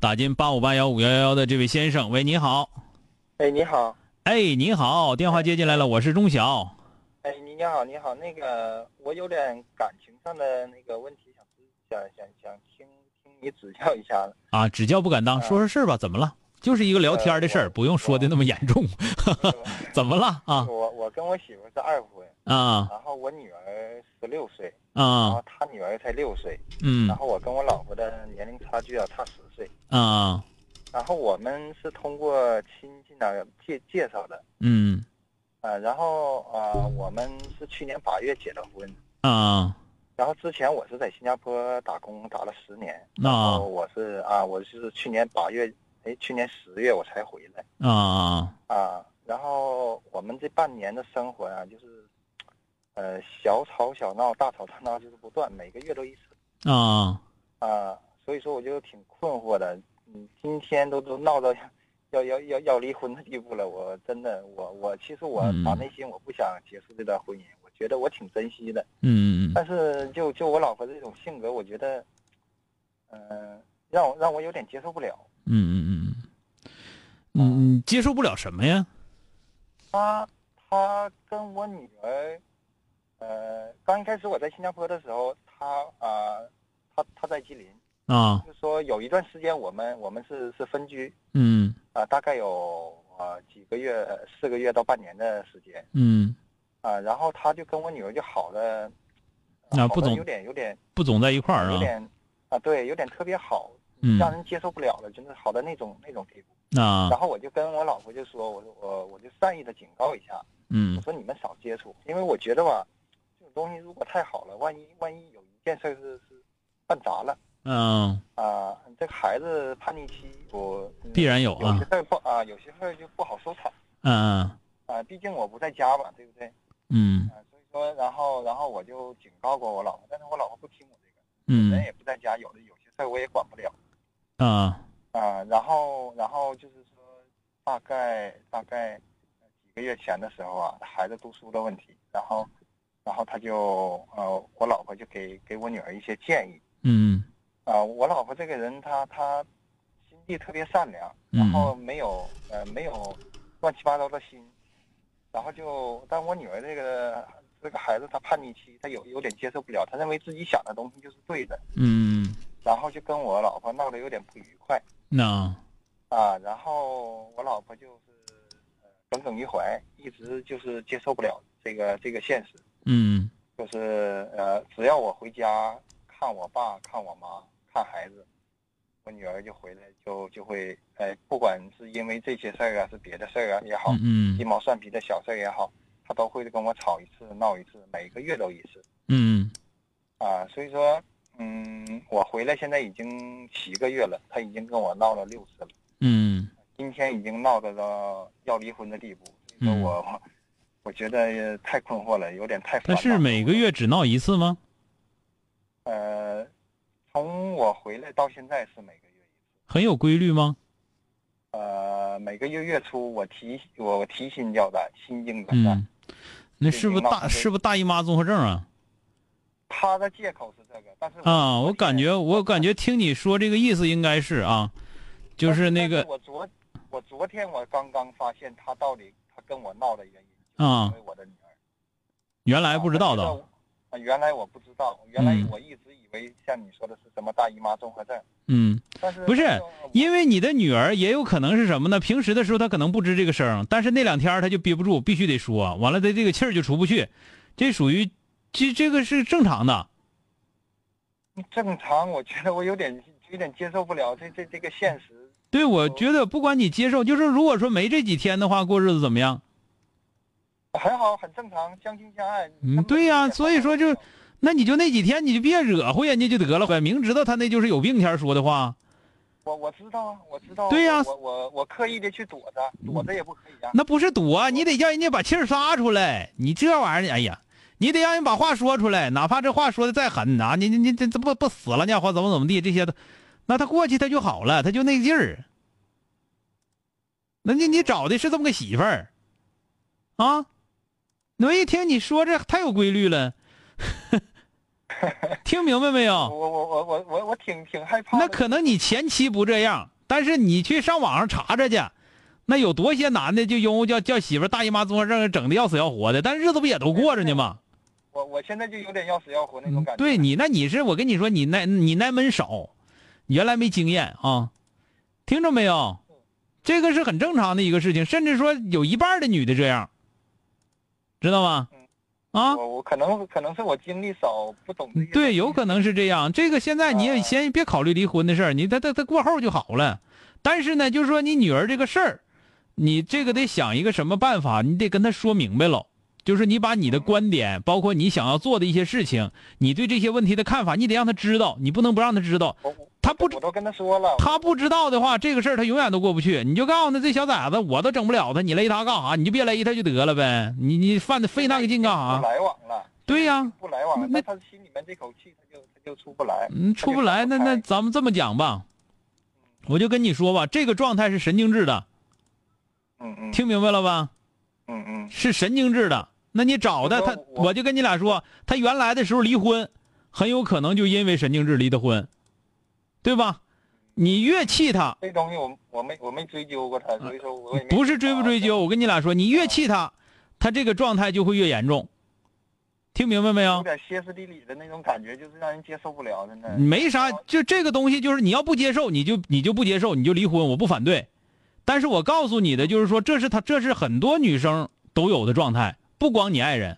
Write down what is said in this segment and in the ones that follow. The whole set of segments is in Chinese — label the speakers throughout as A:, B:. A: 打进八五八幺五幺幺幺的这位先生，喂，你好，
B: 哎，你好，
A: 哎，你好，电话接进来了，我是钟晓。
B: 哎，你你好，你好，那个我有点感情上的那个问题想咨想想想听听你指教一下 了。
A: 啊，只教不敢当，说说事儿吧，怎么了？就是一个聊天的事儿，
B: 呃
A: 不用说的那么严重。怎么了啊
B: 我我跟我媳妇是二婚，
A: 啊
B: 然后我女儿十六岁，然
A: 啊
B: 后她女儿才六岁，
A: 嗯
B: 然后我跟我老婆的年龄差距啊差十岁，
A: 啊
B: 然后我们是通过亲戚呢介介绍的，
A: 嗯
B: 啊、然后啊、呃我们是去年八月结的婚，
A: 啊
B: 然后之前我是在新加坡打工打了十年，
A: 那
B: 然后我是啊，我是去年八月，哎，去年十月我才回来
A: 啊
B: 啊。然后我们这半年的生活啊，就是，呃，小吵小闹，大吵大闹就是不断，每个月都一次
A: 啊
B: 啊。所以说我就挺困惑的，嗯，今天都都闹到要要要要离婚的地步了，我真的我我其实我
A: 嗯
B: 打内心我不想结束这段婚姻，我觉得我挺珍惜的。
A: 嗯
B: 但是就就我老婆这种性格，我觉得，嗯、让我让我有点接受不了。
A: 嗯嗯嗯嗯，接受不了什么呀？
B: 她她跟我女儿，呃，刚一开始我在新加坡的时候，她啊、她她在吉林，
A: 啊
B: 就说有一段时间我们我们是是分居
A: 嗯
B: 啊、大概有啊、几个月四个月到半年的时间
A: 嗯，
B: 啊、然后她就跟我女儿就好了，
A: 啊
B: 好
A: 不
B: 了
A: 总
B: 有点有点
A: 不总在一块儿
B: 有
A: 啊。
B: 点啊、对，有点特别好，
A: 嗯
B: 让人接受不了了，真的好到那种那种地步。
A: 啊
B: 然后我就跟我老婆就说，我说我我就善意的警告一下，我
A: 嗯
B: 说你们少接触，因为我觉得吧，这种东西如果太好了，万一万一有一件事儿是是办砸了
A: 嗯，
B: 啊、这个孩子叛逆期，我嗯
A: 必然有
B: 有
A: 啊
B: 些。事儿不啊、有些事儿就不好收场
A: 嗯
B: 啊、毕竟我不在家嘛，对不对？
A: 嗯
B: 啊、所以说，然后然后我就警告过我老婆，但是我老婆不听我这个，人
A: 嗯
B: 也不在家，有的有些事儿我也管不了。
A: 啊
B: 啊、然后然后就是说，大概大概呃几个月前的时候啊，孩子读书的问题，然后然后他就呃，我老婆就给给我女儿一些建议
A: 嗯
B: 啊、我老婆这个人她她心地特别善良，然后
A: 嗯
B: 没有呃没有乱七八糟的心，然后就但我女儿这个这个孩子她叛逆期，她有有点接受不了，她认为自己想的东西就是对的，
A: 嗯，
B: 然后就跟我老婆闹得有点不愉快。
A: 那
B: 啊，然后我老婆就是呃耿耿于怀，一直就是接受不了这个这个现实，
A: 嗯
B: 就是呃只要我回家看我爸、看我妈、看孩子，我女儿就回来就就会哎，不管是因为这些事儿啊，是别的事儿啊也好，
A: 嗯
B: 鸡毛蒜皮的小事儿也好，她都会跟我吵一次、闹一次，每个月都一次
A: 嗯
B: 啊，所以说。嗯，我回来现在已经七个月了，她已经跟我闹了六次了。
A: 嗯
B: 今天已经闹到了要离婚的地步，所以说
A: 嗯
B: 我、我我觉得太困惑了，有点太烦
A: 但
B: 了。
A: 是每个月只闹一次吗？
B: 呃，从我回来到现在是每个月一次，
A: 很有规律吗？
B: 呃，每个月月初我提我我提心吊胆，心惊胆战。
A: 嗯，那是不是大是不是大姨妈综合症啊？
B: 他的借口是这个，但是
A: 啊，
B: 我
A: 我感觉我感觉听你说这个意思应该是啊，就
B: 但
A: 是
B: 是
A: 那个
B: 我昨我昨天我刚刚发现他到底他跟我闹的原因，
A: 啊
B: 因为我的女儿
A: 原来不知道的，
B: 啊，原来我不知道，原来
C: 嗯
B: 我一直以为像你说的是什么大姨妈综合症，
C: 嗯，
B: 但是
C: 不是
B: 这种我
C: 因为你的女儿也有可能是什么呢？平时的时候她可能不吱这个声儿，但是那两天她就憋不住，必须得说，完了她这个气儿就出不去，这属于这这个是正常的。
B: 正常，我觉得我有点有点接受不了这这这个现实。
C: 对，我觉得不管你接受，就是如果说没这几天的话，过日子怎么样？
B: 很好，很正常，相亲相爱。
C: 嗯
B: 他们
C: 对呀
B: 一点
C: 所以说就
B: 都没有
C: 那你就那几天你就别惹祸人家就得了呗，明知道她那就是有病前说的话，
B: 我我知道啊，我知道啊。
C: 对呀嗯
B: 我我我我刻意的去躲着，躲着也不可以啊。
C: 那不是躲啊，你得让人家把气儿撒出来。你这玩意儿，哎呀，你得让人把话说出来，哪怕这话说的再狠呐、你你你这这不不死了，家伙怎么怎么地这些的，那他过去他就好了，他就那劲儿。那你你找的是这么个媳妇儿，啊？我一听你说这太有规律了， 听明白没有？
B: 我我我我我我挺挺害怕的。
C: 嗯那可能你前期不这样，但是你去上网上查查去，那有多些男的就拥有叫叫媳妇儿大姨妈综合症，整的要死要活的，但日子不也都过着呢吗？
B: 我我现在就有点要死要活那种感觉。
C: 嗯对你，那你是我跟你说，你耐你耐闷少，你原来没经验啊，听着没有？这个是很正常的一个事情，甚至说有一半的女的这样，知道吗？啊，
B: 我我可能可能是我经历少，不懂这些。
C: 嗯对，有可能是这样。这个现在你也先别考虑离婚的事儿，你他他他过后就好了。但是呢，就是说你女儿这个事儿，你这个得想一个什么办法，你得跟她说明白了。就是你把你的观点，包括你想要做的一些事情，你对这些问题的看法，你得让她知道，你不能不让她知道。
B: 我我
C: 她不知
B: 我都跟他说了，
C: 她不知道的话，这个事儿她永远都过不去。你就告诉她，这小崽子我都整不了他，你勒他干啥？你就别勒他就得了呗。你你犯的费那个劲干
B: 不
C: 啥？
B: 来往了。
C: 对呀
B: 不来往了，
C: 那
B: 但他心里面这口气，他就他就出不来。
C: 嗯，出不来，那那咱们这么讲吧，我就跟你说吧，这个状态是神经质的，
B: 嗯嗯
C: 听明白了吧？
B: 嗯嗯，
C: 是神经质的。那你找的
B: 那
C: 他，
B: 我
C: 我就跟你俩说，他原来的时候离婚，很有可能就因为神经质离的婚，对吧？你越气他，
B: 这东西我我没我没追究过他，所以说我也没
C: 不是追不追究，我跟你俩说，你越气他，他这个状态就会越严重，听明白没有
B: 啊有？点歇斯底里的那种感觉，就是让人接受不了，真的。啊
C: 没啥，就这个东西，就是你要不接受，你就你就不接受，你就离婚，我不反对。但是我告诉你的就是说，这是他，这是很多女生都有的状态，不光你爱人，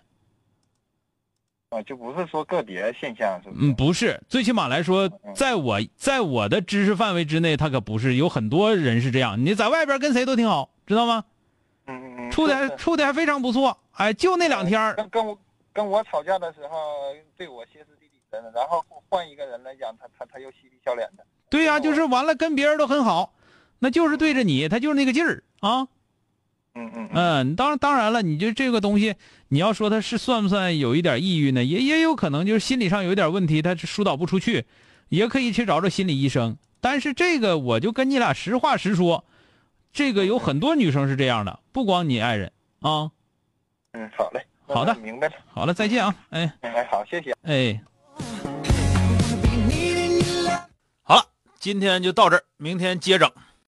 B: 啊，就不是说个别现象，是不是？
C: 嗯，不是，最起码来说，在我在我的知识范围之内，他可不是有很多人是这样。你在外边跟谁都挺好，知道吗？
B: 嗯嗯嗯，
C: 处的 还
B: 是
C: 处的还非常不错，哎，就那两天儿
B: 跟跟我跟我吵架的时候对我歇斯底里的，然后换一个人来讲，他他他又嬉皮笑脸的。
C: 对呀、就是完了跟别人都很好，那就是对着你，他就是那个劲儿啊。
B: 嗯嗯嗯
C: 嗯，当当然了，你就这个东西，你要说他是算不算有一点抑郁呢？也也有可能就是心理上有一点问题，他疏导不出去，也可以去找找心理医生。但是这个我就跟你俩实话实说，这个有很多女生是这样的，不光你爱人啊。
B: 嗯，好嘞，那
C: 好的
B: 我明白了。
C: 好了，再见啊，哎
B: 哎，好，谢谢。
C: 哎，
A: 好了，今天就到这儿，明天接整。